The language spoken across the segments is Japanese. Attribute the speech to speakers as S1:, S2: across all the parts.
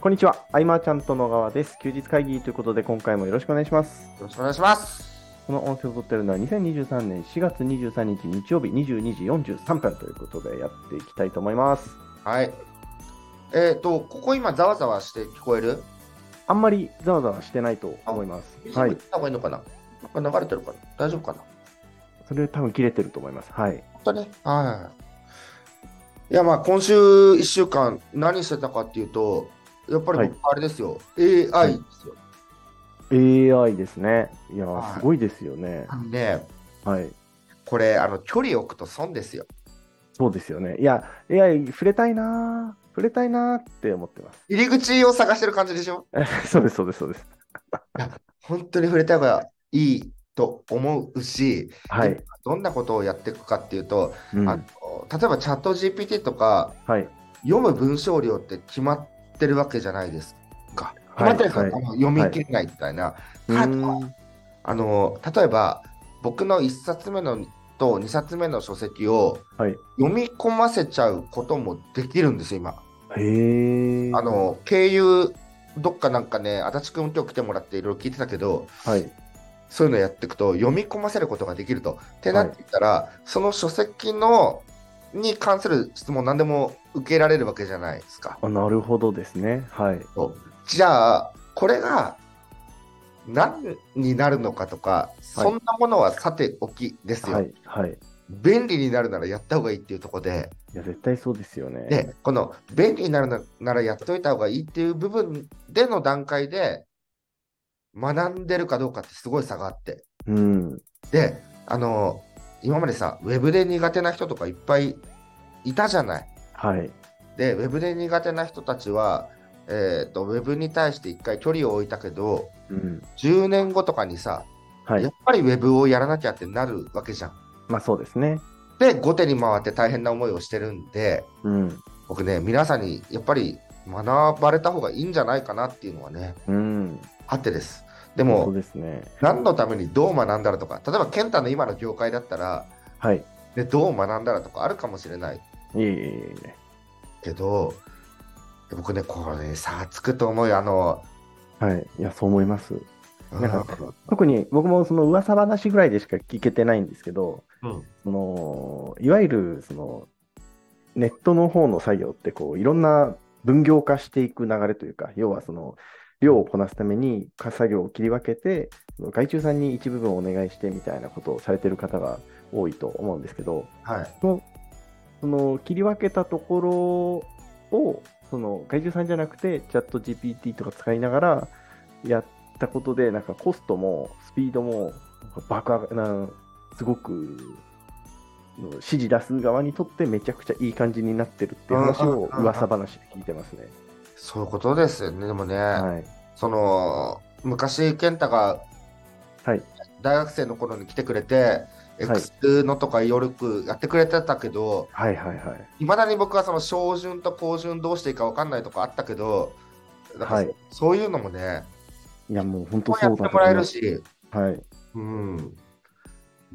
S1: こんにちは、アイマーちゃんと野川です。休日会議ということで、今回もよろしくお願いします。
S2: よろしくお願いします。
S1: この音声を撮ってるのは2023年4月23日日曜日22時43分ということでやっていきたいと思います。
S2: はい。えっ、と、ここ今、ざわざわして聞こえる
S1: あんまりざわざわしてないと思います。は
S2: はい。行
S1: い
S2: っ。た方がいいのかなこれ流れてるから大丈夫かな
S1: それ多分切れてると思います。はい。
S2: 本当ね。はい。いや、まあ、今週1週間、何してたかっていうと、やっぱり
S1: は
S2: 僕、あれですよ、AI ですよ。
S1: AI ですね。いや
S2: は
S1: ー、
S2: い
S1: すごいですよね。
S2: あのね、
S1: はい。
S2: これ、あの距離置くと損ですよ。
S1: そうですよね。いや、AI 触れたいなー触れたいなーって思ってま
S2: 入り口を探してる感じでしょ
S1: す。そうです、そうです、そうです。
S2: 本当に触れた方がいいと思うし、
S1: はい。
S2: どんなことをやっていくかっていうと、
S1: うん、
S2: あ
S1: は
S2: の例えばチャット GPT とか、
S1: い。
S2: 読む文章量って決まってるわけじゃないですか。決まってるんですか、
S1: はい
S2: あの読み切れないみたいな。
S1: う
S2: ただ
S1: ーん
S2: あの例えば僕の1冊目のと2冊目の書籍を
S1: はい。
S2: 読み込ませちゃうこともできるんですよ、今。
S1: へえ。
S2: あ、の経由どっかなんかね、足立君今日来てもらっていろいろ聞いてたけど、
S1: はい。
S2: そういうのやっていくと読み込ませることができると。ってなってきたら、その書籍のに関する質問何でも受けられるわけじゃないですか。
S1: あなるほどですね。はい。
S2: そうじゃあこれが何になるのかとか、そんなものはさておきですよ、
S1: はい。はい。
S2: 便利になるならやった方がいいっていうところで
S1: いや、絶対そうですよね。
S2: でこの便利になるなならやっといた方がいいっていう部分での段階で学んでるかどうかってすごい差があって
S1: うん。
S2: であの今までさウェブで苦手な人とかいっぱいいたじゃない
S1: はい。
S2: でウェブで苦手な人たちは、えー、とウェブに対して一回距離を置いたけど
S1: うん。
S2: 10年後とかにさ、
S1: は
S2: や
S1: い
S2: っ。ぱりウェブをやらなきゃってなるわけじゃん。
S1: まあ、そうですね。
S2: で、後手に回って大変な思いをしてるんで、
S1: うん。
S2: 僕ね、皆さんにやっぱり学ばれた方がいいんじゃないかなっていうのはね、
S1: うん。
S2: あってです。で
S1: そう
S2: も、
S1: ですね。
S2: 何のためにどう学んだらとか、例えば、健太の今の業界だったら、
S1: はい。い
S2: ね、どう学んだらとかあるかもしれない
S1: えいえいえいえ。
S2: けど、僕ね、これね、差つくと思うよ。あの、
S1: はい。いや、そう思います。
S2: うん
S1: なんか特に僕もその噂話ぐらいでしか聞けてないんですけど、
S2: うん
S1: そのいわゆるそのネットの方の作業ってこういろんな分業化していく流れというか要はその量をこなすために作業を切り分けてその外注さんに一部分お願いしてみたいなことをされてる方が多いと思うんですけど
S2: はい。
S1: その切り分けたところをその外注さんじゃなくてチャット GPT とか使いながらやったことでなんかコストもスピードも爆上がなすごくの指示出す側にとってめちゃくちゃいい感じになってるっていう話を
S2: あー
S1: 噂話で聞いてますね。
S2: そういうことですよね。でもね、
S1: はい、
S2: その昔健太が
S1: はい
S2: 大学生の頃に来てくれて、
S1: い
S2: X のとかよくやってくれてたけど
S1: はいはいはい。
S2: いまだに僕はその照準と高順どうしていいか分かんないとかあったけどなんか
S1: はい
S2: そういうのもね
S1: いやもう本当
S2: こうや
S1: そ
S2: っ
S1: う
S2: て
S1: だと思
S2: もらえ
S1: いま
S2: る
S1: す。
S2: し、
S1: はい
S2: うん、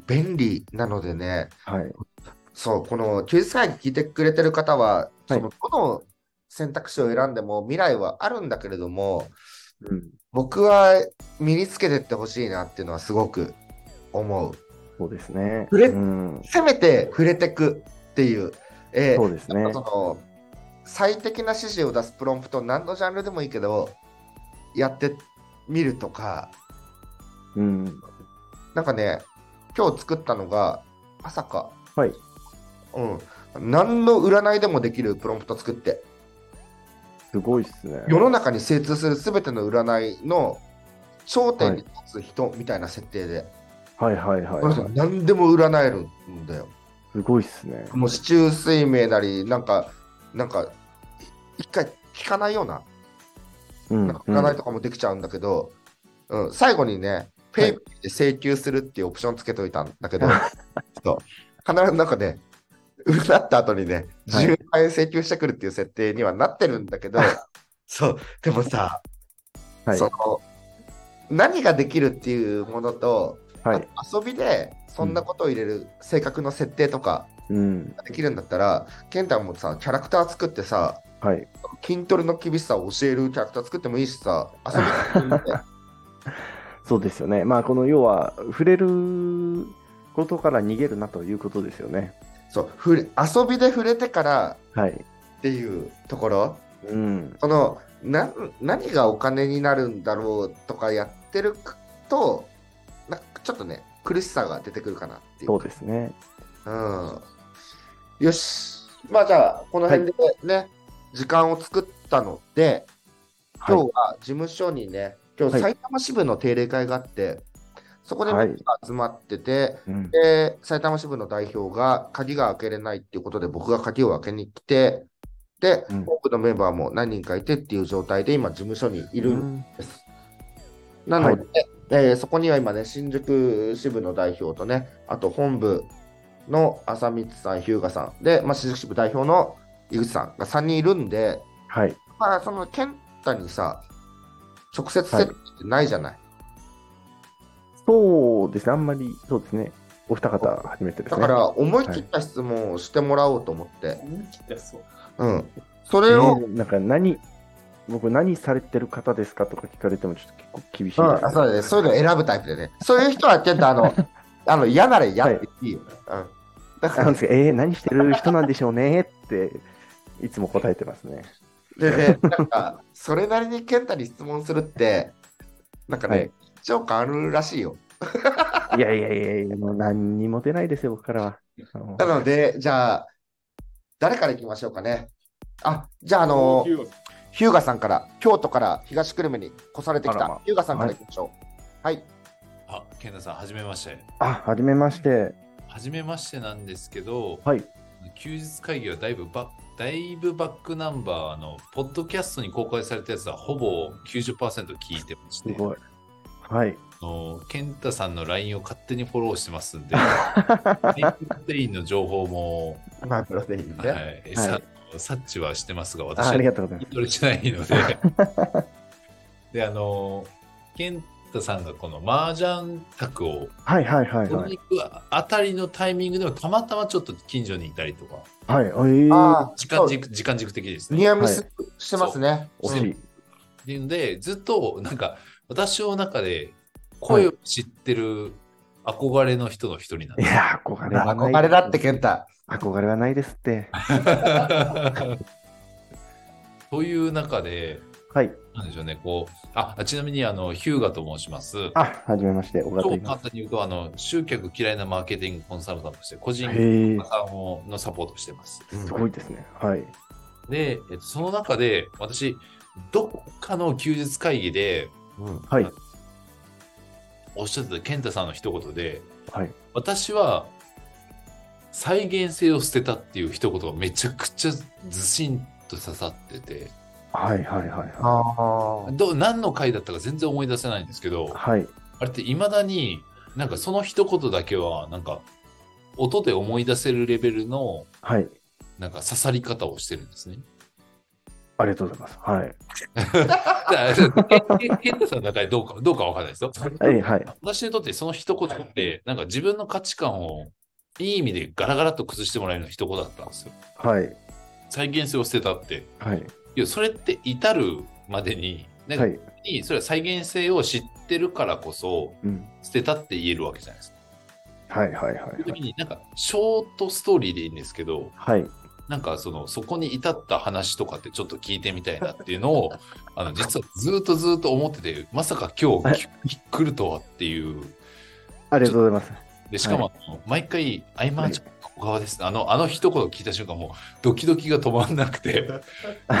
S2: 便利なのでね
S1: はい
S2: そうこの休日会議聞いてくれてる方は、
S1: はい
S2: そのどの選択肢を選んでも未来はあるんだけれども、
S1: うん、
S2: 僕は身につけてってほしいなっていうのはすごく思う。
S1: そうですね。
S2: 触れ
S1: うん、
S2: せめて触れてくっていう。えー
S1: そうですね
S2: やっぱその最適な指示を出すプロンプト何のジャンルでもいいけどやってみるとか
S1: うん、
S2: なんかね今日作ったのがまさか、
S1: はい
S2: うん、何の占いでもできるプロンプト作って
S1: すごいですね。
S2: 世の中に精通する全ての占いの頂点に立つ人みたいな設定で、
S1: はいはいはい、
S2: こ
S1: は
S2: の人
S1: い。
S2: 何でも占えるんだよ。
S1: すごいですね。
S2: もう市中水明なり、なんか、なんか、い一回聞かないような、
S1: うん、
S2: なんか聞かないとかもできちゃうんだけど、うん、最後にね、ペイペイで請求するっていうオプションつけといたんだけど、そう必ずなんかね、占った後にね、
S1: はい
S2: 10万円請求してくるっていう設定にはなってるんだけど、そう、でもさ、
S1: はい
S2: その、何ができるっていうものと、
S1: はい。
S2: あと遊びでそんなことを入れる性格の設定とか、
S1: うん。
S2: できるんだったら、ケンタもさ、キャラクター作ってさ、
S1: はい。
S2: 筋トレの厳しさを教えるキャラクター作ってもいいしさ、遊び方もいいんで
S1: そうですよね。まあ、この要は、触れることから逃げるなということですよね。
S2: そう触れ遊びで触れてから
S1: はい。
S2: っていうところ、
S1: うん。
S2: このな何がお金になるんだろうとかやってると、なんかちょっとね、苦しさが出てくるかなっていう
S1: そうですね。
S2: うんよし。まあじゃあ、この辺でね、時間を作ったので、
S1: はい
S2: 今日は事務所にね、今日
S1: はい
S2: 埼玉支部の定例会があって、そこでみん
S1: は
S2: ないが集まってて、
S1: うん。
S2: で、埼玉支部の代表が鍵が開けれないっていうことで、僕が鍵を開けに来て、で、
S1: うん
S2: 多くのメンバーも何人かいてっていう状態で、今、事務所にいるん
S1: うん
S2: です。なので、えーそこには今ね、新宿支部の代表とね、あと本部の浅光さん、日向さん、で、まあ、新宿支部代表の井口さんが3人いるんで、
S1: はい。
S2: まあ、その健太にさ、直接接点ってないじゃない。
S1: そうですね。あんまり、そうですね。お二方、初めてです
S2: だ
S1: ね。
S2: から、思い切った質問をしてもらおうと思って、
S3: 思い切ったそう。
S2: うん。それを、
S1: ねなんか何、僕何されてる方ですかとか聞かれてもちょっと結構厳しい
S2: うん、
S1: です、
S2: あそうだね、そういうの選ぶタイプでね、そういう人は健太、あ の、あの嫌なら嫌っていいよ。うん、だか
S1: なん
S2: ら
S1: ですけど、えー、何してる人なんでしょうねって、いつも答えてますね。
S2: でね、なんか、それなりに健太に質問するって、なんか
S1: は
S2: ね
S1: い、
S2: 緊張感あるらしいよ。
S1: いやいやいやいや、もう何にも出ないですよ、僕からは。あの
S2: なので、じゃあ、誰から行きましょうかね。あ、じゃあ、あ
S3: あ
S2: の、日向さんから、京都から東久留米に越されてき
S1: あら
S2: た
S1: ま
S2: 日向さんから行きましょう。はい。
S4: あ、健太さん、はじめまして。
S1: あ、はじめまして。
S4: はじめましてなんですけど、
S1: はい。
S4: 休日会議はだいぶバッだいぶバックナンバーの、ポッドキャストに公開されたやつはほぼ90%聞いてまし
S1: す
S4: て、
S1: ごい。はい。
S4: あの健太さんの LINE を勝手にフォローしてま すんで、ハイプロテインの情報も、
S2: まあ、プロテイン
S4: は
S2: ね。
S4: い、さ察知はしてますが、私
S1: あ
S4: は
S1: ありがとうございま
S4: 筋トレしないので。 で、あの、健太さんがこの麻雀卓を
S1: す。はいはいはい
S4: この
S1: はい。
S4: 行くあたりのタイミングでもたまたまちょっと近所にいたりとか、
S1: はい。えー、
S2: ああ、
S4: 時間
S2: そう
S4: 軸時間軸的ですね。
S2: ニアミスしてますね。
S1: 惜しい。
S4: っていうので、ずっとなんか私の中で声を知ってる憧れの人の一人なん
S1: い
S4: で
S1: や、憧
S2: うん
S1: れはない。
S2: 憧れだって、健太。
S1: 憧れはないですって。
S4: す。という中で、
S1: はい。
S4: なんでしょうね、こう、あ、ちなみにあの、ヒューガと申します。
S1: あ、はじめまして。小川と
S4: 超
S1: 言い
S4: 簡
S1: ます。
S4: 単に言うと、あの、集客嫌いなマーケティングコンサルタントとして、個人
S1: へ
S4: 化
S1: え、
S4: さんをのサポートをしてます。
S1: すごいですね。はい。
S4: で、えっと、その中で私、どっかの休日会議で
S2: うん
S1: はい。
S4: おっしゃってた健太さんの一言で、
S1: はい。
S4: 私は再現性を捨てたっていう一言がめちゃくちゃずしんと刺さってて、
S1: はいはいはいは
S2: ああ。
S4: どう何の回だったか全然思い出せないんですけ
S1: い。
S4: ど、
S1: はい。
S4: あれっていまだになんかその一言だけはなんか音で思い出せるレベルの
S1: はい。
S4: なんか刺さり方をしてるん ですね。
S1: ありがとうございます。はい。
S4: だからけけ健太さんの中でどうか、どうかわかんな いですよ。
S1: はいはい。
S4: 私にとってその一言って、なんか自分の価値観をいい意味でガラガラっと崩してもらえるような一言だったんですよ。
S1: はい。
S4: 再現性を捨てたって。
S1: はい。
S4: いや、それって至るまでに、なん
S1: は
S4: か
S1: い。
S4: にそれは再現性を知ってるからこそ
S1: うん。
S4: 捨てたって言えるわけじゃないですか。
S1: はいはいはいは
S4: そういう
S1: い。
S4: 時になんかショートストーリーでいいんですけど、
S1: はい。
S4: なんかそのそこに至った話とかってちょっと聞いてみたいなっていう のを、あの実はずっとずっと思ってて、まさか今日き来るとはっていう
S1: ありがとうございます。
S4: で、しかも、あの毎回、アイマーちゃん、小川です。あの、あの一言聞いた瞬間、もう、ドキドキが止まんな くて、憧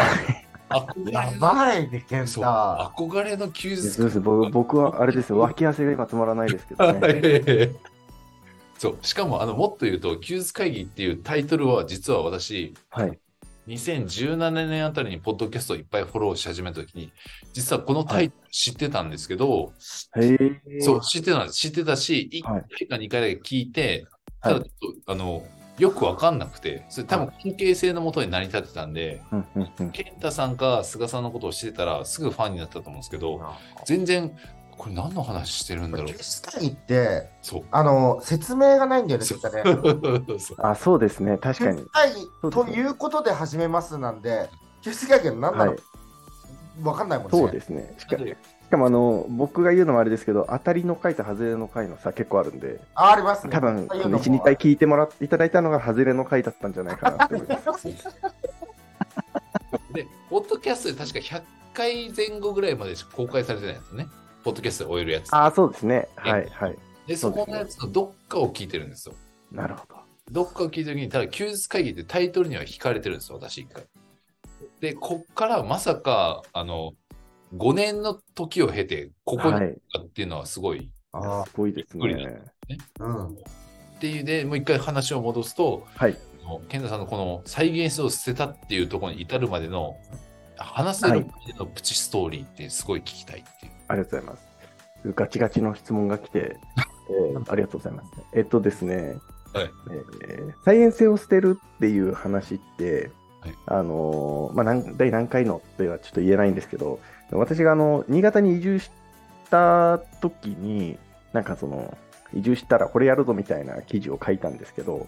S4: れ
S2: や
S4: の、
S2: ばいね、健
S4: そ
S2: 太
S4: う、。憧れの休
S1: いや
S4: 日
S1: そうです僕僕はあれ ですよ、脇汗が今止まらないですけどね。
S4: 会。そう、しかも、あの、もっと言うと、休日会議っていうタイトルは、実は私、
S1: はい、
S4: 2017年あたりに、ポッドキャストをいっぱいフォローし始めたときに、実はこのタイトル知ってたんですけど、
S1: へえ
S4: そう、知ってたんです。知ってたし、1
S1: はい
S4: 回か2回だけ聞いて、
S1: はい
S4: ただちょっと、あの、よくわかんなくて、それ多分関係性のもとに成り立ってたんで、
S1: うんうんうん
S4: 健太さんか菅さんのことを知ってたら、すぐファンになったと思うんですけど、全然、これ何の話してるんだろう
S2: 休。止会議って、
S4: そう。
S2: あの、説明がないんだよね、
S4: そ
S2: 健
S4: う
S2: 太ね。
S4: そう
S1: あそうですね、確か
S2: 休
S1: に
S2: 止。会議
S1: そうです
S2: と
S1: ね
S2: いうことで始めますなんで、給水会見何な
S1: は
S2: の
S1: い、
S2: 分かんないもんね。
S1: そうですね。しか
S4: だって
S1: しかもあの僕が言うのもあれですけど、当たりの回と外れの回の差結構あるんで、
S2: あありますね。
S1: 多分こ
S2: そういうの
S1: の
S2: も
S1: 1、2回聞いてもらっていただいたのが外れの回だったんじゃないかなって思います。
S4: で、ポッドキャストで確か100回前後ぐらいまでしか公開されてないんですよね。ポッドキャストで終えるやつ。
S1: ああ、そうですね。はいはい。
S4: で、
S1: そ
S4: そう
S1: ですね
S4: このやつのどっかを聞いてるんですよ。
S1: なるほど。
S4: どっかを聞いた時に、ただ休日会議ってタイトルには惹かれてるんですよ、私一回。で、こっからまさか、あの、5年の時を経て、ここに
S1: は
S4: 来
S1: い。
S4: たっていうのはすごい、
S2: あ
S1: すごいです
S4: びっくり
S1: ね。
S2: あ、うん。
S4: っていうで、もう一回話を戻すと、
S1: はい
S4: あの健太さんのこの再現性を捨てたっていうところに至るまでの、話せるまでのプチストーリーってすごい聞きたいっていう。
S1: ありがとうございます。ガチガチの質問が来 て、えーありがとうございます。えっとですね、
S4: はい
S1: えー再現性を捨てるっていう話って、
S4: はい
S1: あのーまあ、何第何回のとはちょっと言えないんですけど、私があの新潟に移住した時に、なんかその、移住したらこれやるぞみたいな記事を書いたんですけど、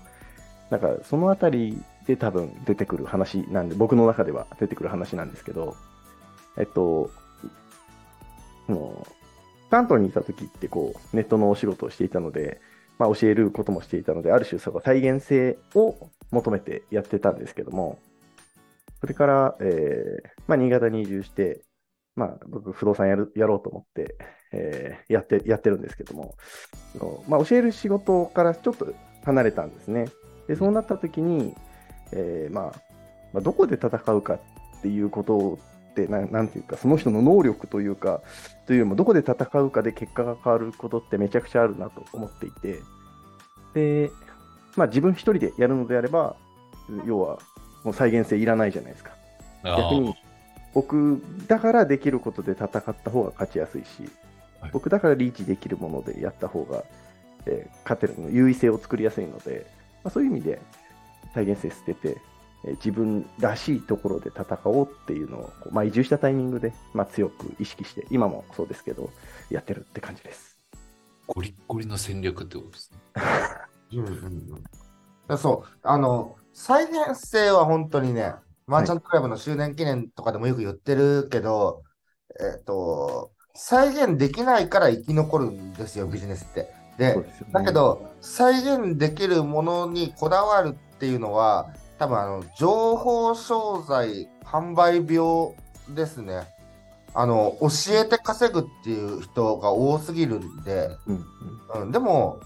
S1: なんかそのあたりで多分出てくる話なんで、僕の中では出てくる話なんですけど、えっと、その関東にいた時ってこうネットのお仕事をしていたので、まあ、教えることもしていたのである種その再現性を求めてやってたんですけどもそれから、えーまあ、新潟に移住して、まあ、僕不動産やるやろうと思って、えーやってやってるんですけども、そのまあ、教える仕事からちょっと離れたんですねでそうなった時に、えーまあまあ、どこで戦うかっていうことってななんていうかその人の能力というかというよりもどこで戦うかで結果が変わることってめちゃくちゃあるなと思っていてで、まあ、自分一人でやるのであれば要はもう再現性いらないじゃないですか逆に僕だからできることで戦った方が勝ちやすいし、
S4: はい
S1: 僕だからリーチできるものでやった方が、えー勝てるの優位性を作りやすいので、まあ、そういう意味で再現性捨てて、えー自分らしいところで戦おうっていうのを、こうまあ、移住したタイミングで、まあ、強く意識して今もそうですけどやってるって感じです。
S4: ゴリッゴリの戦略ってことですね。
S2: うんうんうんだからそう、あの、再現性は本当にね、マーチャントクラブの周年記念とかでもよく言ってるけど、えっ、と、再現できないから生き残るんですよ、ビジネスって。で
S1: そう、ですよね
S2: だけど、再現できるものにこだわるっていうのは、多分あの情報商材販売病ですね。あの教えて稼ぐっていう人が多すぎるんで、
S1: うんうん、
S2: うん、でも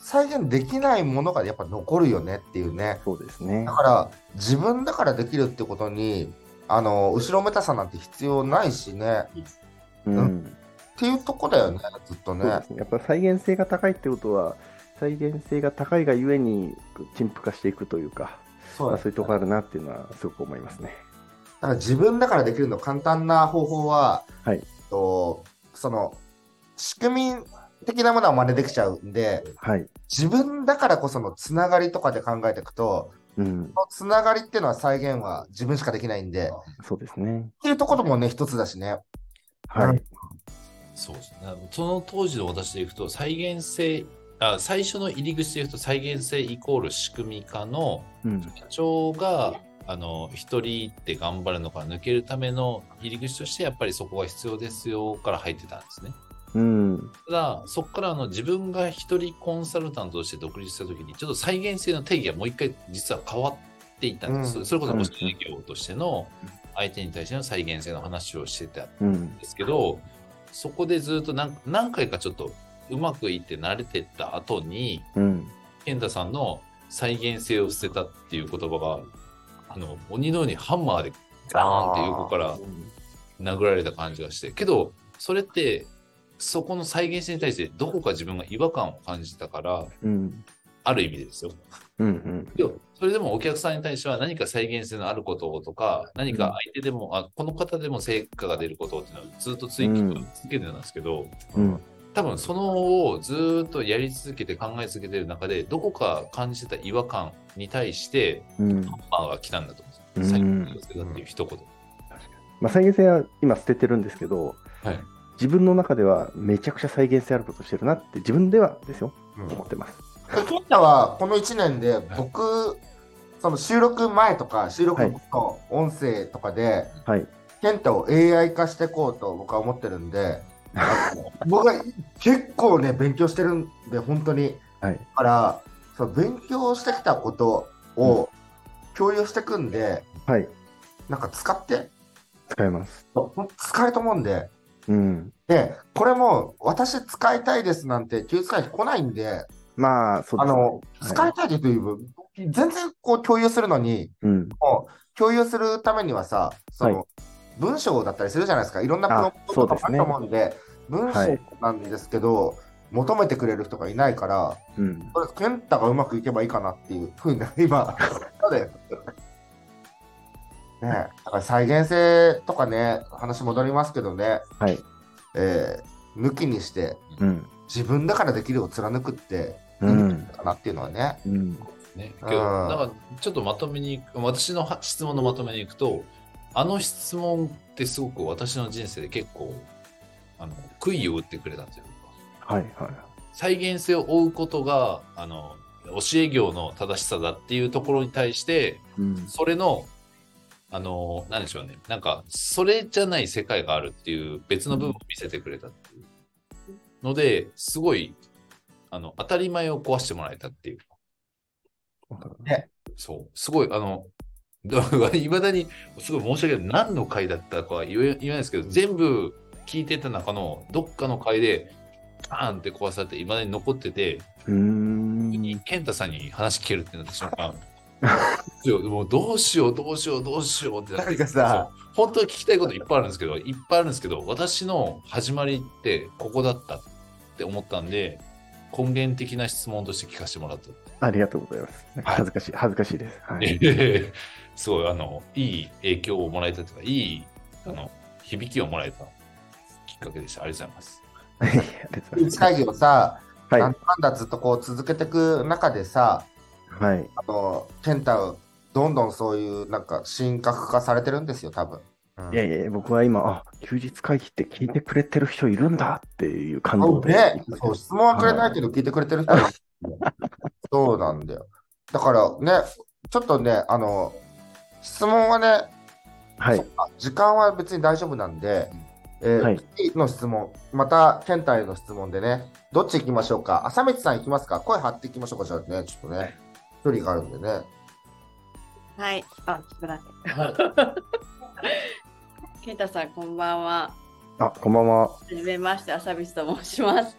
S2: 再現できないものがやっぱ残るよねっていうね。
S1: そうですね
S2: だ。から自分だからできるってことにあの後ろめたさなんて必要ないしね
S1: うん
S2: っていうとこだよねずっとね。
S1: そうですね。やっぱ再現性が高いってことは、再現性が高いがゆえに陳腐化していくというか、
S2: そ
S1: まあ
S2: う
S1: そういうところあるなっていうのはすごく思いますね。
S2: だから自分だからできるの簡単な方法は、
S1: はい
S2: えっとその仕組み的なものは真似できちゃうんで
S1: はい。
S2: 自分だからこそのつながりとかで考えていくと
S1: うん、
S2: そのつながりっていうのは再現は自分しかできないんでっ
S1: そうですね。
S2: ていうところもね一つだしね。
S1: は
S2: う
S1: い。
S4: そうですね。その当時の私でいくと、再現性、あ最初の入り口でいくと、再現性イコール仕組み化の、
S1: うん。
S4: 社長が、あの、一人で頑張るのから抜けるための入り口として、やっぱりそこが必要ですよから入ってたんですね。
S1: うん。
S4: ただ、そこからあの自分が一人コンサルタントとして独立したときに、ちょっと再現性の定義がもう一回実は変わっていったんです。
S2: うん
S4: それこそ個人事業としての相手に対しての再現性の話をしてた
S1: うん。
S4: ですけど、そこでずっと何何回かちょっとうまくいって慣れてった後に、
S1: うん。
S4: 健太さんの再現性を捨てたっていう言葉が、あの、鬼のようにハンマーでガーンって横から殴られた感じがして、けど、それって、そこの再現性に対してどこか自分が違和感を感じたから、
S1: うん。
S4: ある意味でですよ。
S1: うん。うん。
S4: でもそれでもお客さんに対しては何か再現性のあることをとか、何か相手でも、あこの方でも成果が出ることっていうのはずっと追求を続けてたんですけど、
S1: うん。
S4: 多分そのをずーっとやり続けて考え続けてる中で、どこか感じてた違和感に対して、
S1: うん。
S4: ハンマーが来たんだと思うんです
S1: う
S4: よ。
S1: ん
S4: 再現性だっていう一言。
S1: まあ、再現性は今捨ててるんですけど、
S4: はい
S1: 自分の中ではめちゃくちゃ再現性あることしてるなって自分ではですよ、
S2: うん
S1: 思ってます。
S2: でケンタはこの1年で僕、そその収録前とか収録後の音声とかで、
S1: はい。
S2: ケンタを AI 化していこうと僕は思ってるんで、 あの僕は結構ね、勉強してるんで、本当に。
S1: はい
S2: だから、その勉強してきたことを共有してくんで、
S1: はい。
S2: なんか使って、
S1: 使います。
S2: ほんと使えると思うんで、
S1: うん。
S2: で、これも私使いたいですなんて、救済来ないんで、
S1: まあ、そう
S2: あ
S1: ですね。
S2: の、使
S1: はい
S2: たいという分、全然こう共有するのに、
S1: い、うん。
S2: もう共有するためにはさ、その、
S1: は
S2: 文章だったりするじゃないですか、いろんなプロットとか
S1: あそう
S2: あ
S1: です
S2: る
S1: ね
S2: と思うんで、文章なんですけど、求めてくれる人がいないから、
S1: うん。
S2: これ、ケンタがうまくいけばいいかなっていうふうに、 今、そうだよ。ねえ、だから再現性とかね、話戻りますけどね、
S1: はい。
S2: えー抜きにして、
S1: うん。
S2: 自分だからできるを貫くって、
S1: う
S2: いいん
S1: ん。
S2: だなっていうのはね。
S1: うん。
S4: ね、
S2: う
S4: け
S2: ん
S4: どなんかちょっとまとめに私のは質問のまとめにいくとあの質問ってすごく私の人生で結構あの悔いを打ってくれたんですよ。
S1: はい。はい。
S4: 再現性を追うことがあの教え業の正しさだっていうところに対して
S1: うん。
S4: それのあの何でしょうねなんかそれじゃない世界があるっていう別の部分を見せてくれたっていうのですごいあの当たり前を壊してもらえたっていう
S1: わかる
S4: そう、すごい、あの、 いまだに、すごい申し訳ない。何の回だったかは言え言えないですけど、全部聞いてた中の、どっかの回で、パーンって壊されて、いまだに残ってて、
S1: うーん。
S4: 健太さんに話聞けるってなってしまった。 そうもうどうしよう、どうしよう、どうしようってなって
S2: なんかさ
S4: そう本当は聞きたいこといっぱいあるんですけど、いっぱいあるんですけど、私の始まりってここだったって思ったんで、根源的な質問として聞かせてもらった。
S1: ありがとうございます。なんか恥ずかしい、恥ずかしいです。はい。
S4: すごい、あの、いい影響をもらえたというか、いい、あの、響きをもらえたきっかけでした。ありがとうございます。
S1: ありがとうございます
S2: 一会議をさ、
S1: はい。
S2: なんだかんだずっとこう続けていく中でさ、
S1: はい。
S2: あの、ケンタ、どんどんそういう、なんか、神格化されてるんですよ、多分。うん
S1: いやいやいや、僕は今、あ、休日会議って聞いてくれてる人いるんだっていう感動で。
S2: ね、そう質問はくれないけど、聞いてくれてる人がいる そうなんだよ。だからね、ちょっとね、あの、質問はね、
S1: はい
S2: そっ。か時間は別に大丈夫なんで、えー
S1: はい
S2: 次の質問、また、ケンタへの質問でね、どっち行きましょうか、朝道さん行きますか、声張っていきましょうか、じゃあね、ちょっとね、距離があるんでね。
S3: はい。あ、ちょっと待っ
S4: は
S3: て。ケンタさん、こんばんは。
S1: あ、こんばんは。
S3: はじめまして、朝道と申します。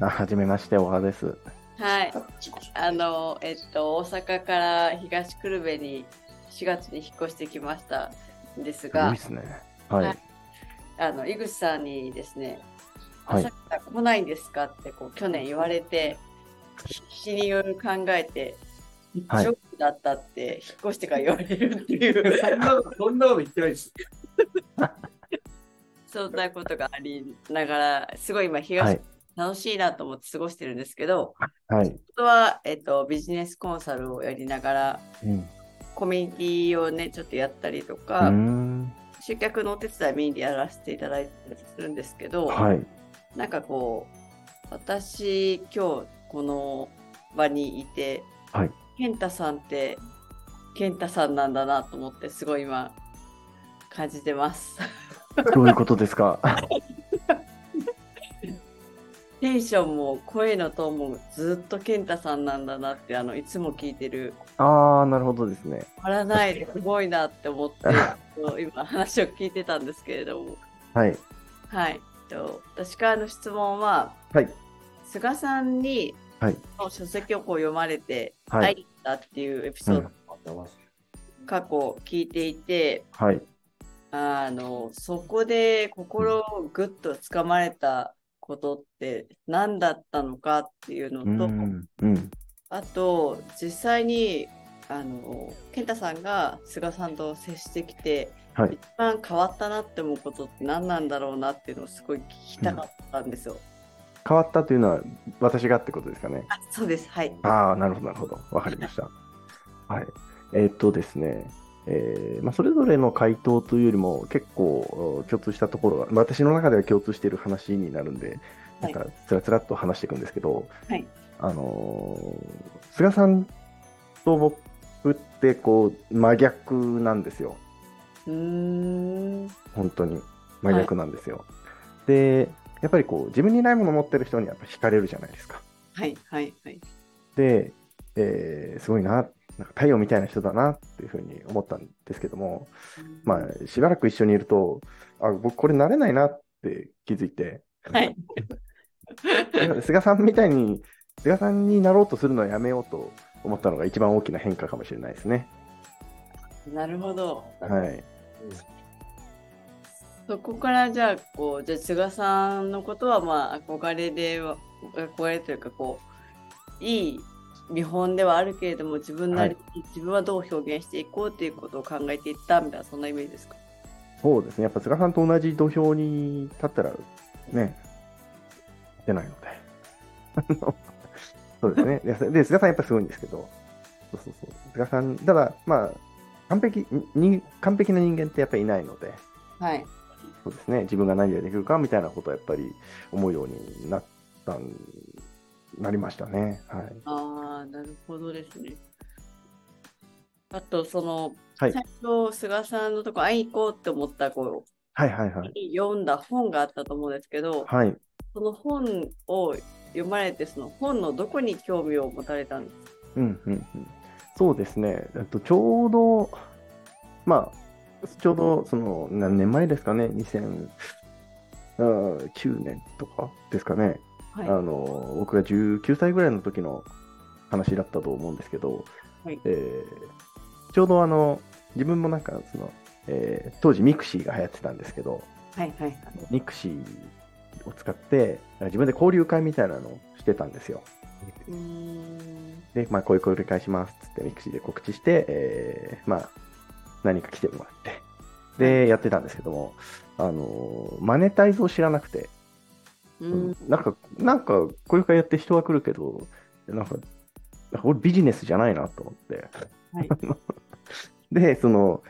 S1: あはじめまして、小川です。
S3: はい。
S4: 自己紹介
S3: あの、えっと、大阪から東久留米に4月に引っ越してきましたんです
S1: すごい
S3: が
S1: で、すね。はい。
S3: はいあの、井口さんにですね、
S1: はい
S3: 朝から来ないんですかってこう去年言われて、必死にいろいろ考えて、
S1: はい
S3: ショックだったって、引っ越してから言われるっていう、
S5: そん なこと、 そんなこと言ってな いです。
S3: そんなことがありながら、すごい今、
S1: は
S3: 東
S1: い。
S3: 楽しいなと思って過ごしてるんですけど、
S1: はい。
S3: 本当は、えっと、ビジネスコンサルをやりながら、
S1: うん。
S3: コミュニティをね、ちょっとやったりと
S1: う
S3: か、
S1: ーん
S3: 集客のお手伝いメインでやらせていただいたりするんですけど、
S1: はい。
S3: なんかこう、私、今日この場にいて、
S1: はい
S3: 健太さんって、健太さんなんだなと思って、すごい今、感じてます。
S1: どういうことですか
S3: テンションも声のトーンもずっと健太さんなんだなって、あの、いつも聞いてる、
S1: ああ、なるほどですね。
S3: 笑わないですごいなって 思って、今話を聞いてたんですけれども、
S1: はい。
S3: はい。えっと私からの質問は、
S1: はい。
S3: 菅さんに、
S1: はい
S3: 書籍をこう読まれて、
S1: はい
S3: 愛だっていうエピソードを過去聞いていて、
S1: はい。
S3: あのそこで心をぐっとつかまれたことって何だったのかっていうの
S1: う
S3: と、
S1: ん。うん。
S3: あと実際にあの健太さんが菅さんと接してきて、
S1: はい
S3: 一番変わったなって思うことって何なんだろうなっていうのをすごい聞きたかったんですよ。
S1: 変わったというのは、私がってことですかね。
S3: あそうですはい
S1: ああ、なるほど、なるほど。わかりました。はい。えーっとですね、えーまあ、それぞれの回答というよりも、結構共通したところが、私の中では共通している話になるんで、な
S3: はい
S1: んか、つらつらっと話していくんですけど、
S3: はい
S1: あのー菅さんと僕プってこう真逆なんですよ。
S3: うーん。
S1: 本当に真逆なんですよ。で、やっぱりこう自分にないもの持ってる人にやっぱ惹かれるじゃないですか。
S3: はいはいはい。
S1: で、えーすごいな、なんか太陽みたいな人だなっていうふうに思ったんですけども、まあ、しばらく一緒にいると、あ、僕これ慣れないなって気づいて、
S3: はい。
S1: 菅さんみたいに、菅さんになろうとするのはやめようと思ったのが一番大きな変化かもしれないですね。
S3: なるほど。
S1: はい。
S3: そこからじゃあこうじゃあ津賀さんのことはまあ憧れでは憧れというかこういい見本ではあるけれども自分なりに自分はどう表現していこうということを考えていったみたいなそんなイメージですか。
S1: そうですね。やっぱ菅さんと同じ土俵に立ったら、ね、出ないので。あの そうですね。でで、菅さんやっぱすごいんですけど、そうそうそう。菅さん、ただ、まあ、完璧に、完璧な人間ってやっぱりいないので、
S3: はい。
S1: そうですね。自分が何ができるかみたいなことはやっぱり思うようになったん、なりましたね。はい。
S3: ああなるほどですね。あとその、
S1: はい
S3: 最初菅さんのとこ会いに行こうって思ったこう
S1: はいはいはい。
S3: 読んだ本があったと思うんですけど、
S1: はい。
S3: その本を読まれてその本のどこに興味を持たれたんですか。
S1: うんうんうん、そうですね、えっと、ちょうど、まあ、ちょうどその何年前ですかね、2009年とかですかね、
S3: はい
S1: あ。の僕が19歳ぐらいの時の話だったと思うんですけど、
S3: はい
S1: えーちょうどあの自分もなんかその、えー当時ミクシーが流行ってたんですけど、
S3: はいはい。
S1: ミクシーを使って、自分で交流会みたいなのをしてたんですよ。
S3: うーん。
S1: で、まあ、こういう交流会しますっつって、ミクシーで告知して、えーまあ、何か来てもらって、で、やってたんですけども、あのーマネタイズを知らなくて、
S3: うーん。
S1: なんか、なんか、交流会やって人は来るけど、なんか、なんか俺ビジネスじゃないなと思って、
S3: はい。
S1: で、その、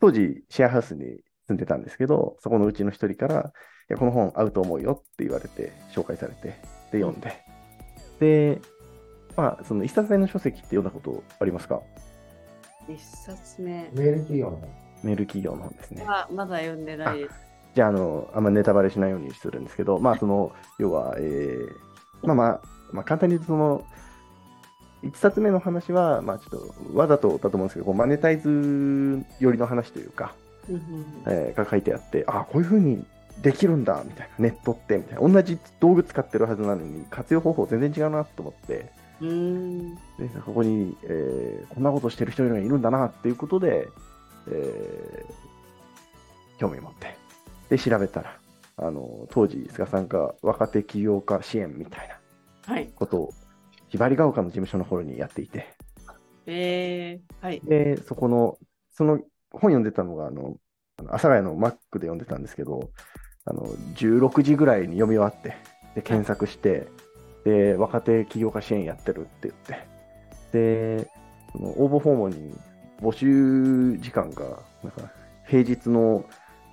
S1: 当時、シェアハウスに住んでたんですけど、そこのうちの一人から、いや、この本合うと思うよって言われて、紹介されて、で、読んで。で、まあ、その、一冊目の書籍って読んだことありますか
S3: 一冊目
S2: メール企業の。
S1: メール企業の本ですね。
S3: はまだ読んでないです。
S1: じゃあ、あの、あんまネタバレしないようにするんですけど、まあ、その、要は、えーまあまあ、まあ、簡単に言うと、その、1冊目の話は、まあ、ちょっと、わざとだと思うんですけど、こうマネタイズ寄りの話というか、
S3: うんうんうん
S1: えーが書いてあって、あこういうふうにできるんだみたいな、ネットってみたいな、同じ道具使ってるはずなのに、活用方法全然違うなと思って、
S3: うーん。
S1: でここに、えーこんなことしてる人がいるんだなっていうことで、えー興味持って、で、調べたら、あの当時、菅さんが若手起業家支援みたいな
S3: はい。
S1: ことを、ひばりが丘の事務所の頃にやっていて、
S3: えー、はい。
S1: で、そこの、その本読んでたのが、あの、あの阿佐ヶ谷のマックで読んでたんですけど、あの、16時ぐらいに読み終わって、で、検索して、で、若手起業家支援やってるって言って、で、その応募フォームに募集時間が、なんか、平日の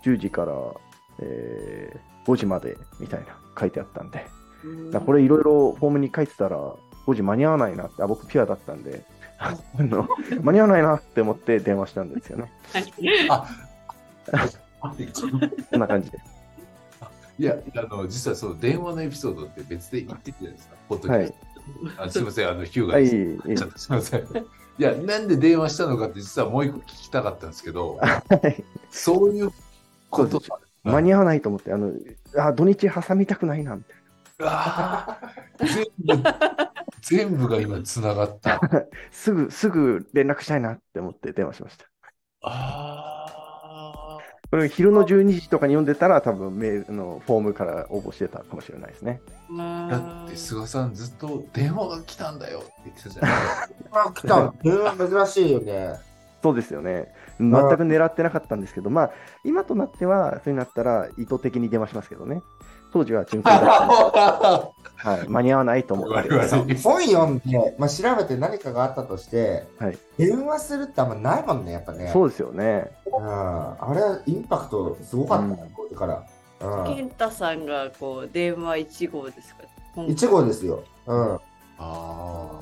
S1: 10時から、えー5時までみたいな書いてあったんで、
S3: うーん
S1: だからこれいろいろフォームに書いてたら5時間に合わないなってあ僕ピュアだったんで あの間に合わないなって思って電話したんですよねこんな感じ です
S4: いや、あの、実はその電話のエピソードって別で言ってたじゃないですか、ポッドキャストあすみません、あの、ヒューガ
S1: はい
S4: です。
S1: いい
S4: ちょっとすみません。いや、なんで電話したのかって実はもう一個聞きたかったんですけど、
S1: はい
S4: そういうことか。
S1: 間に合わないと思ってあのあ土日挟みたくないなみたいな
S4: あー全部、全部が今つながった。
S1: すぐすぐ連絡したいなって思って電話しました
S4: ああ。
S1: これ昼の12時とかに読んでたら多分メールのフォームから応募してたかもしれないですね
S3: うーん
S4: だって菅さんずっと電話が来たんだよって言ってたじゃん。
S2: あ、来た。電話珍しいよね。
S1: そうですよね全く狙ってなかったんですけどまあ今となってはそうになったら意図的に電話しますけどね当時は純粋だったんではい、間に合わないと思って。
S2: 本読んで、まあ、調べて何かがあったとして、
S1: はい
S2: 電話するってあんまないもんね、やっぱね。
S1: そうですよね。
S2: うんあれはインパクトすごかったね、だから。うん
S3: 健太さんがこう電話一号ですか。ほん
S2: 一号ですよ。うん。
S4: ああ。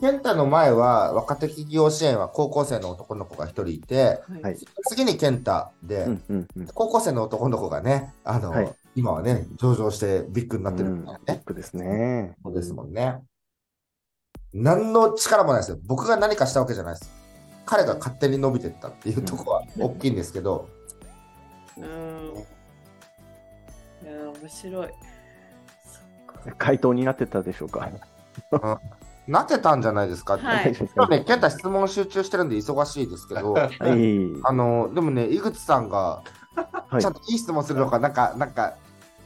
S2: 健太の前は若手企業支援は高校生の男の子が一人いて、
S1: はい
S2: 次に健太で、
S1: うんうんうん。
S2: 高校生の男の子がね、あの、
S1: はい
S2: 今はね、上場してビッグになってるからね。
S1: 僕ですね。
S2: そうですもんね。何の力もないですよ。僕が何かしたわけじゃないです。彼が勝手に伸びてったっていうとこは大きいんですけど、
S3: うん。いやー、面白い。そっか。
S1: 回答になってたでしょうか。
S2: なってたんじゃないですか。
S3: はい
S1: 大丈夫ですか
S2: 今ね、健太質問集中してるんで忙しいですけど、
S1: はい。
S2: あの、でもね、井口さんが、
S1: はい
S2: ちゃんといい質問するのか、なんか、なんか、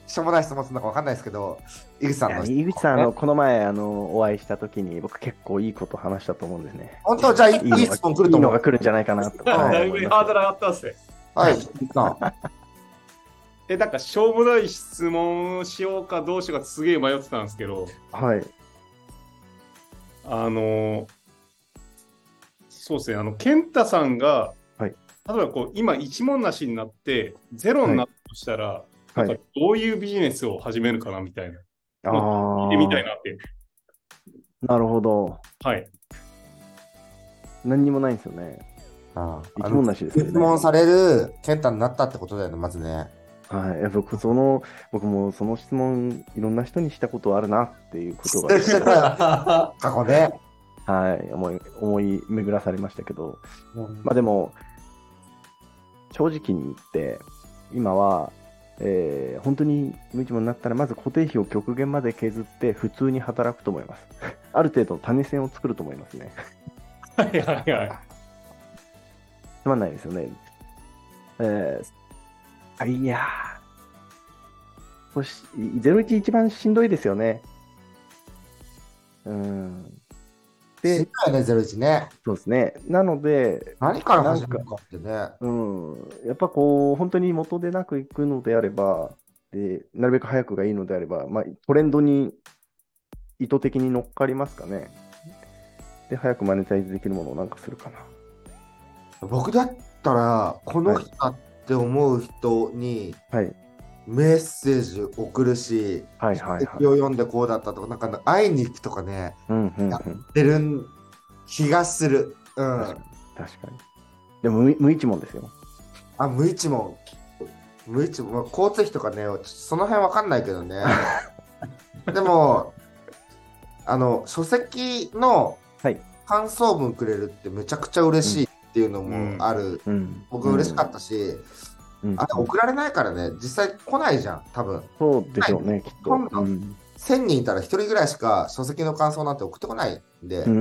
S2: しょうもない質問するのかわかんないですけど、井口さ
S1: い
S2: ん
S1: や
S2: の。
S1: 井口さん、あのこの前あのお会いしたときに、僕、結構いいこと話したと思うんですね。
S2: 本当、じゃあいい、
S1: いいのが
S2: いい質問来ると
S1: いい
S2: 思
S1: の
S2: う
S1: が。来るんじゃないかなと。
S2: あ
S1: はい
S5: だい
S1: 思
S5: ぶ
S1: い
S5: ハー
S1: ま
S5: ドル上がったんですね。
S2: はい、井口さん。
S5: え、なんかしょうもない質問をしようかどうしようかすげえ迷ってたんですけど、
S1: すはい。
S5: あのーそうですね、あの、健太さんが、
S1: はい
S5: 例えばこう、今一問なしになって、ゼロになったとしたら、
S1: はい
S5: なんかどういうビジネスを始めるかなみたいな、
S1: ああ
S5: 見てみたい
S1: ー、
S5: なって。
S1: なるほど。
S5: はい。
S1: 何にもないんですよね。
S2: あ
S1: 一
S2: あ
S1: 問
S2: の
S1: なしですよ
S2: 質
S1: ね。
S2: 問される健太になったってことだよね、まずね。
S1: はい、いや僕その僕もその質問いろんな人にしたことあるなっていうことが、
S2: 過去ね。
S1: はい、思い思い巡らされましたけど、まあでも正直に言って今は、えー本当に無一文になったらまず固定費を極限まで削って普通に働くと思います。 ある程度の種銭を作ると思いますね。
S5: はいはいはい。
S1: つまんないですよね。えーあいやーそし、01一番しんどいですよね。うん。
S2: で
S1: で、、
S2: ね、ゼロ一ね。
S1: そうですね。なので、
S2: 何から始めるかってね。
S1: うん、やっぱこう、本当に元でなくいくのであれば、でなるべく早くがいいのであれば、まあ、トレンドに意図的に乗っかりますかね。で、早くマネタイズできるものをなんかするかな。
S2: 僕だったら、この人だって思う人に
S1: はい。
S2: メッセージ送るし、
S1: はいはいはい
S2: 手。を読んでこうだったとか、なんか会いに行くとかね、
S1: うんうんうん。
S2: 出る気がする。うん。
S1: 確かに。確かにでも無、無一文ですよ。
S2: あ、無一文。無一文。まあ交通費とかね、ちょっとその辺わかんないけ どね。でも、あの、書籍の
S1: はい
S2: 感想文くれるってめちゃくちゃ嬉しいっていうのもある。
S1: うん。
S2: 僕嬉しかったし、
S1: うん
S2: あれ送られないからね、実際来ないじゃん、多分。
S1: そうでしょうね、きっと。
S2: 今度
S1: うん
S2: 1000人いたら1人ぐらいしか書籍の感想なんて送ってこないんで、
S1: うんうん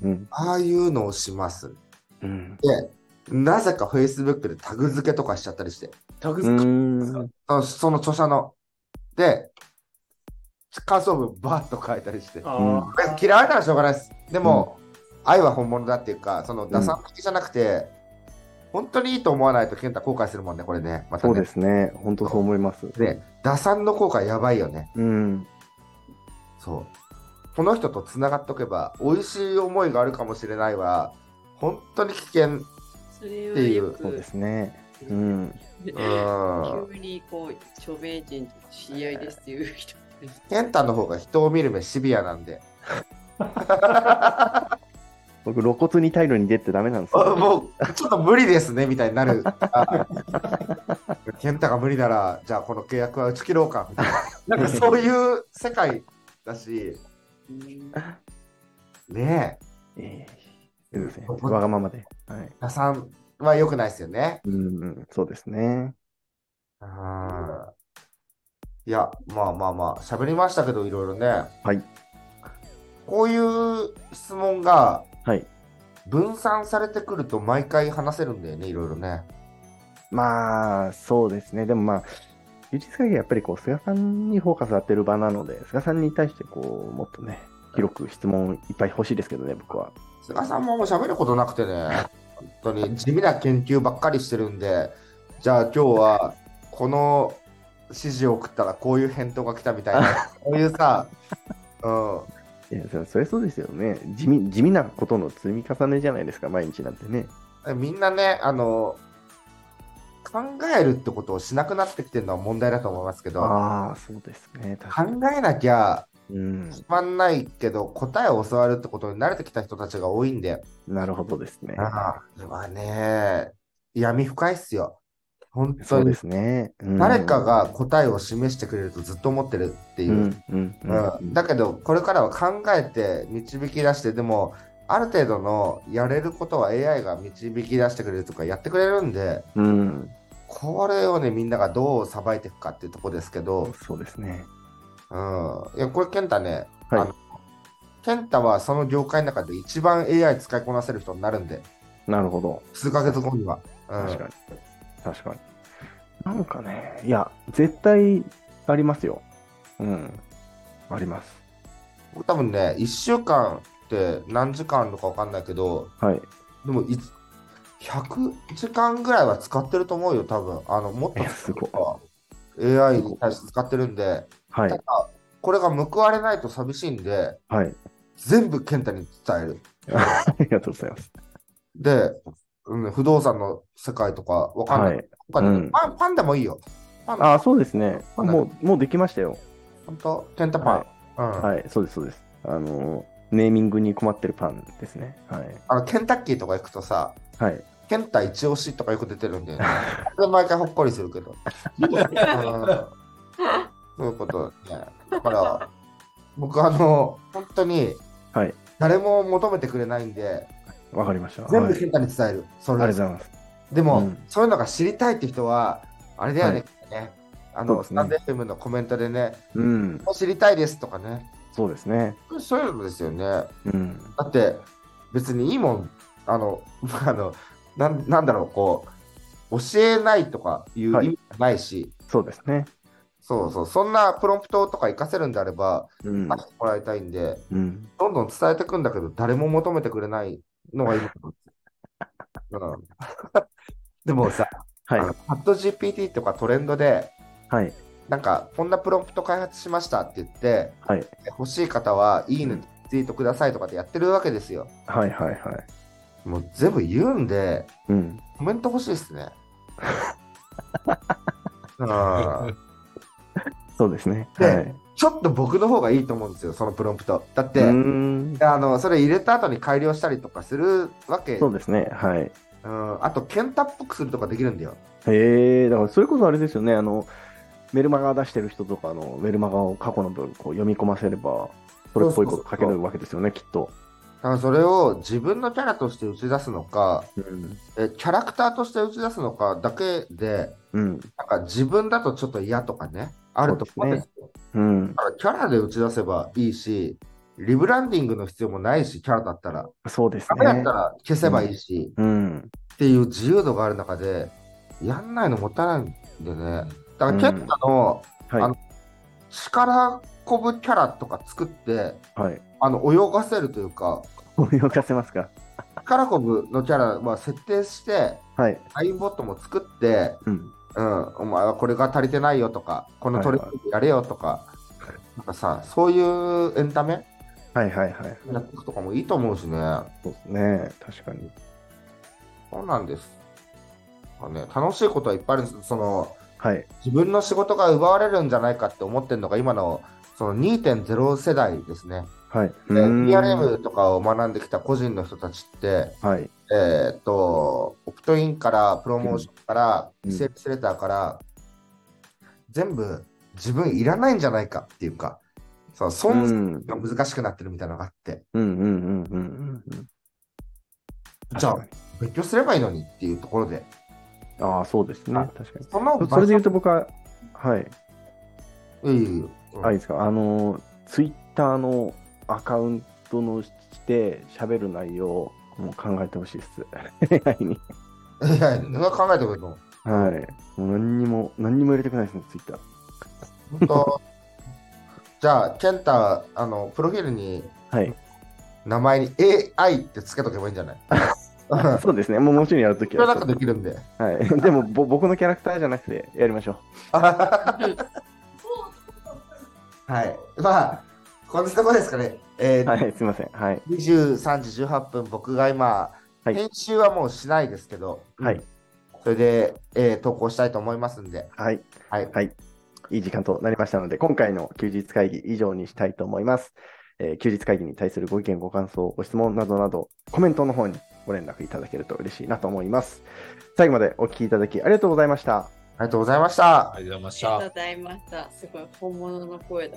S1: うん
S2: ああいうのをします。
S1: うん。
S2: で、なぜか Facebook でタグ付けとかしちゃったりして。
S5: タグ
S1: う
S5: 付け
S1: ん。
S2: あのその著者の。で、感想文バーッと書いたりして。
S5: あ
S1: うん
S5: ー
S2: え嫌われたらしょうがないです。でも、愛は本物だっていうか、その打算的じゃなくて、本当にいいと思わないと健太後悔するもんね、これね。また
S1: そう
S2: ね。
S1: ですね。本当そう思います。
S2: で、打算の効果やばいよね。
S1: うん。
S2: そう。この人とつながっとけば、美味しい思いがあるかもしれないは、本当に危険。うん。
S3: それをよ
S1: そうで
S3: く、
S1: すね。うん。
S3: 急にこう、著名人と知り合いですっていう人。
S2: 健太の方が人を見る目シビアなんで。
S1: 僕、露骨に態度に出てダメなんです
S2: あ
S1: よ。
S2: もうちょっと無理ですねみたいになる。あ健太が無理なら、じゃあこの契約は打ち切ろうかみたいな。なんかそういう世界だし、
S3: うん
S2: ねえ、
S1: ええそうですねわがままで。はい。
S2: 打算は良くないですよね。
S1: うんうん。そうですね。
S2: うんいや、まあまあまあ、喋りましたけど、いろいろね。
S1: はい。
S2: こういう質問が
S1: はい。
S2: 分散されてくると毎回話せるんだよね、いろいろね。
S1: まあ、そうですね。でもまあ、技術会議はやっぱりこう、菅さんにフォーカス当てる場なので、菅さんに対してこう、もっとね、広く質問いっぱい欲しいですけどね、僕は。
S2: 菅さんももう喋ることなくてね、本当に地味な研究ばっかりしてるんで、じゃあ今日はこの指示を送ったらこういう返答が来たみたいな、そういうさ、 うん、
S1: いや、それそれそうですよね。地味地味なことの積み重ねじゃないですか、毎日なんてね。
S2: みんなね、あの、考えるってことをしなくなってきてるのは問題だと思いますけど、
S1: ああ、そうですね。確か
S2: 考えなきゃ
S1: うん、
S2: つまんないけど、答えを教わるってことに慣れてきた人たちが多いんで、
S1: なるほどですね。
S2: ああ、これはね、闇深いっすよ。本
S1: そ
S2: 当
S1: うで
S2: に。
S1: すね。うん
S2: 誰かが答えを示してくれるとずっと思ってるっていうう。
S1: んうんうん
S2: うんだけど、これからは考えて導き出して、でも、ある程度のやれることは AI が導き出してくれるとかやってくれるんで、
S1: うん、
S2: これをね、みんながどうさばいていくかっていうとこですけど、
S1: そうですね。
S2: うん。いや、これ、健太ね、
S1: はい
S2: あの健太はその業界の中で一番 AI 使いこなせる人になるんで、
S1: なるほど。
S2: 数ヶ月後には。うん
S1: 確かに。確かに。なんかね、いや、絶対ありますよ。うん。あります。
S2: 僕多分ね、1週間って何時間あるのか分かんないけど、
S1: はい。
S2: でもいつ100時間ぐらいは使ってると思うよ、多分あのもっ
S1: い
S2: と
S1: や、すごい。
S2: は AI に対して使ってるんで、
S1: は
S2: た
S1: い。
S2: だ、これが報われないと寂しいんで、
S1: はい。
S2: 全部健太に伝える。
S1: ありがとうございます。
S2: で、うん、不動産の世界とか分かんな。
S1: はいい。
S2: わかんない
S1: うん
S2: パンパンでもいいよ。パン
S1: あ、そうですね。
S2: はい
S1: もう、もうできましたよ。
S2: 本当健太パン。うん
S1: はい、そうです、そうです。あの、ネーミングに困ってるパンですね。はい。
S2: あのケンタッキーとか行くとさ、
S1: はい。
S2: ケンタ一押しとかよく出てるんだよね。で毎回ほっこりするけ ど。そういうことだね。だから、僕あの、本当に、
S1: はい
S2: 誰も求めてくれないんで、
S1: わかりました。
S2: 全部
S1: はいあ
S2: ケ
S1: り
S2: ンタに伝える。そ
S1: がとう
S2: れ
S1: ございます。
S2: でも、
S1: うん
S2: そういうのが知りたいって人は、あれだよね、ねあ
S1: そう
S2: の、
S1: で
S2: ス
S1: す
S2: タ
S1: ね
S2: ンデフムのコメントでね、
S1: うん、
S2: もう知りたいですとかね、
S1: そうですね。
S2: そういうのですよね。
S1: うん。
S2: だって別にいいもんあの あのなんなんだろうこう教えないとかいう意
S1: はい
S2: 味じゃないし、
S1: そうですね。
S2: そうそうそんなプロンプトとか活かせるんであれば
S1: うん
S2: 出。してもらいたいんで
S1: うん。
S2: どんどん伝えていくんだけど誰も求めてくれないのがいい、 うん、 でもさ、
S1: はい
S2: あ。のチャット GPT とかトレンドで
S1: はい。
S2: なんかこんなプロンプト開発しましたって言って
S1: はい。
S2: 欲しい方はいいねツイートくださいとかってやってるわけですよ
S1: はい。はい。はい。
S2: もう全部言うんで
S1: うん。
S2: コメント欲しいで すね。あー
S1: そうですね。
S2: で
S1: はい。
S2: ちょっと僕の方がいいと思うんですよ、そのプロンプト。だって、
S1: うーん。
S2: あのそれ入れた後に改良したりとかするわけ、
S1: そうですね。はい。
S2: うん、あと、ケンタっぽくするとかできるんだよ。
S1: へえ、だからそれこそあれですよね。あの、メルマガ出してる人とかのメルマガを過去の文こう読み込ませれば、それっぽいこと書けるわけですよね、きっと。
S2: だからそれを自分のキャラとして打ち出すのか、
S1: うん。
S2: えキャラクターとして打ち出すのかだけで、
S1: うん。
S2: なんか自分だとちょっと嫌とかね、あると思うんですよ。
S1: うん
S2: だ。からキャラで打ち出せばいいし、リブランディングの必要もないし、キャラだったら。
S1: そうです
S2: ダメだっ
S1: ね
S2: た。ら消せばいいし。
S1: うん。
S2: っていう自由度がある中で、やんないのもったいないんでね。だから、
S1: うん
S2: ケンタの
S1: はい
S2: あの。力こぶキャラとか作って、
S1: はい。
S2: あの泳がせるというか、
S1: 泳がせますか。
S2: 力こぶのキャラは設定して、
S1: はい。
S2: ラインボットも作って、
S1: うん。
S2: うん、お前はこれが足りてないよとか、このトレーニングやれよとか、なんかさ、そういうエンタメ
S1: はいはいはい。
S2: やっていくとかもいいと思うしね。
S1: そうですね。確かに。
S2: そうなんです。まあね、楽しいことはいっぱいあるんです。その
S1: はい。
S2: 自分の仕事が奪われるんじゃないかって思ってるのが今のその2.0世代ですね。
S1: はい。
S2: で PRM とかを学んできた個人の人たちって、
S1: はい。
S2: えーっと、オプトインからプロモーションから、
S1: うん
S2: セールスレターから、全部自分いらないんじゃないかっていうか、そう
S1: う
S2: 存在
S1: ん。
S2: が難しくなってるみたいなのがあって、
S1: うんうんうんうんうんうん。
S2: じゃあ
S1: 確か
S2: 勉強すればいいのにっていうところで、
S1: にああ、そうですね。
S2: あ
S1: 確かに。
S2: その
S1: そそれで言うと僕は、はい。
S2: いいようん
S1: あ、いいですか。あの、ツイッターのアカウントのして喋る内容をもう考えてほしいです。AI に。
S2: いやいや考えてくれと思う。
S1: はい。もう何にも、何にも入れてくないですね、ツイッター。
S2: 本当じゃあ、ケンタ、あの、プロフィールに
S1: はい。
S2: 名前に AI ってつけとけばいいんじゃないそ
S1: そうですね。もうもちろんやるとき
S2: れな
S1: は
S2: んか。できるんで。
S1: はい。でも、ぼ僕のキャラクターじゃなくて、やりましょう。
S2: はい。まあ、こんなとこですかね。えー
S1: はい、すいません。はい。
S2: 23時18分、僕が今、
S1: はい
S2: 編集はもうしないですけど、
S1: はい
S2: うんそれで、えー投稿したいと思いますんで、
S1: はい。
S2: はい。
S1: はいいい時間となりましたので、今回の休日会議以上にしたいと思います。えー休日会議に対するご意見、ご感想、ご質問などなど、コメントの方にご連絡いただけると嬉しいなと思います。最後までお聞きいただきありがとうございました。
S2: ありがとうございました。
S4: ありがとうございまし
S3: ありが
S4: た
S3: とう。ございました。すごい本物の声だ。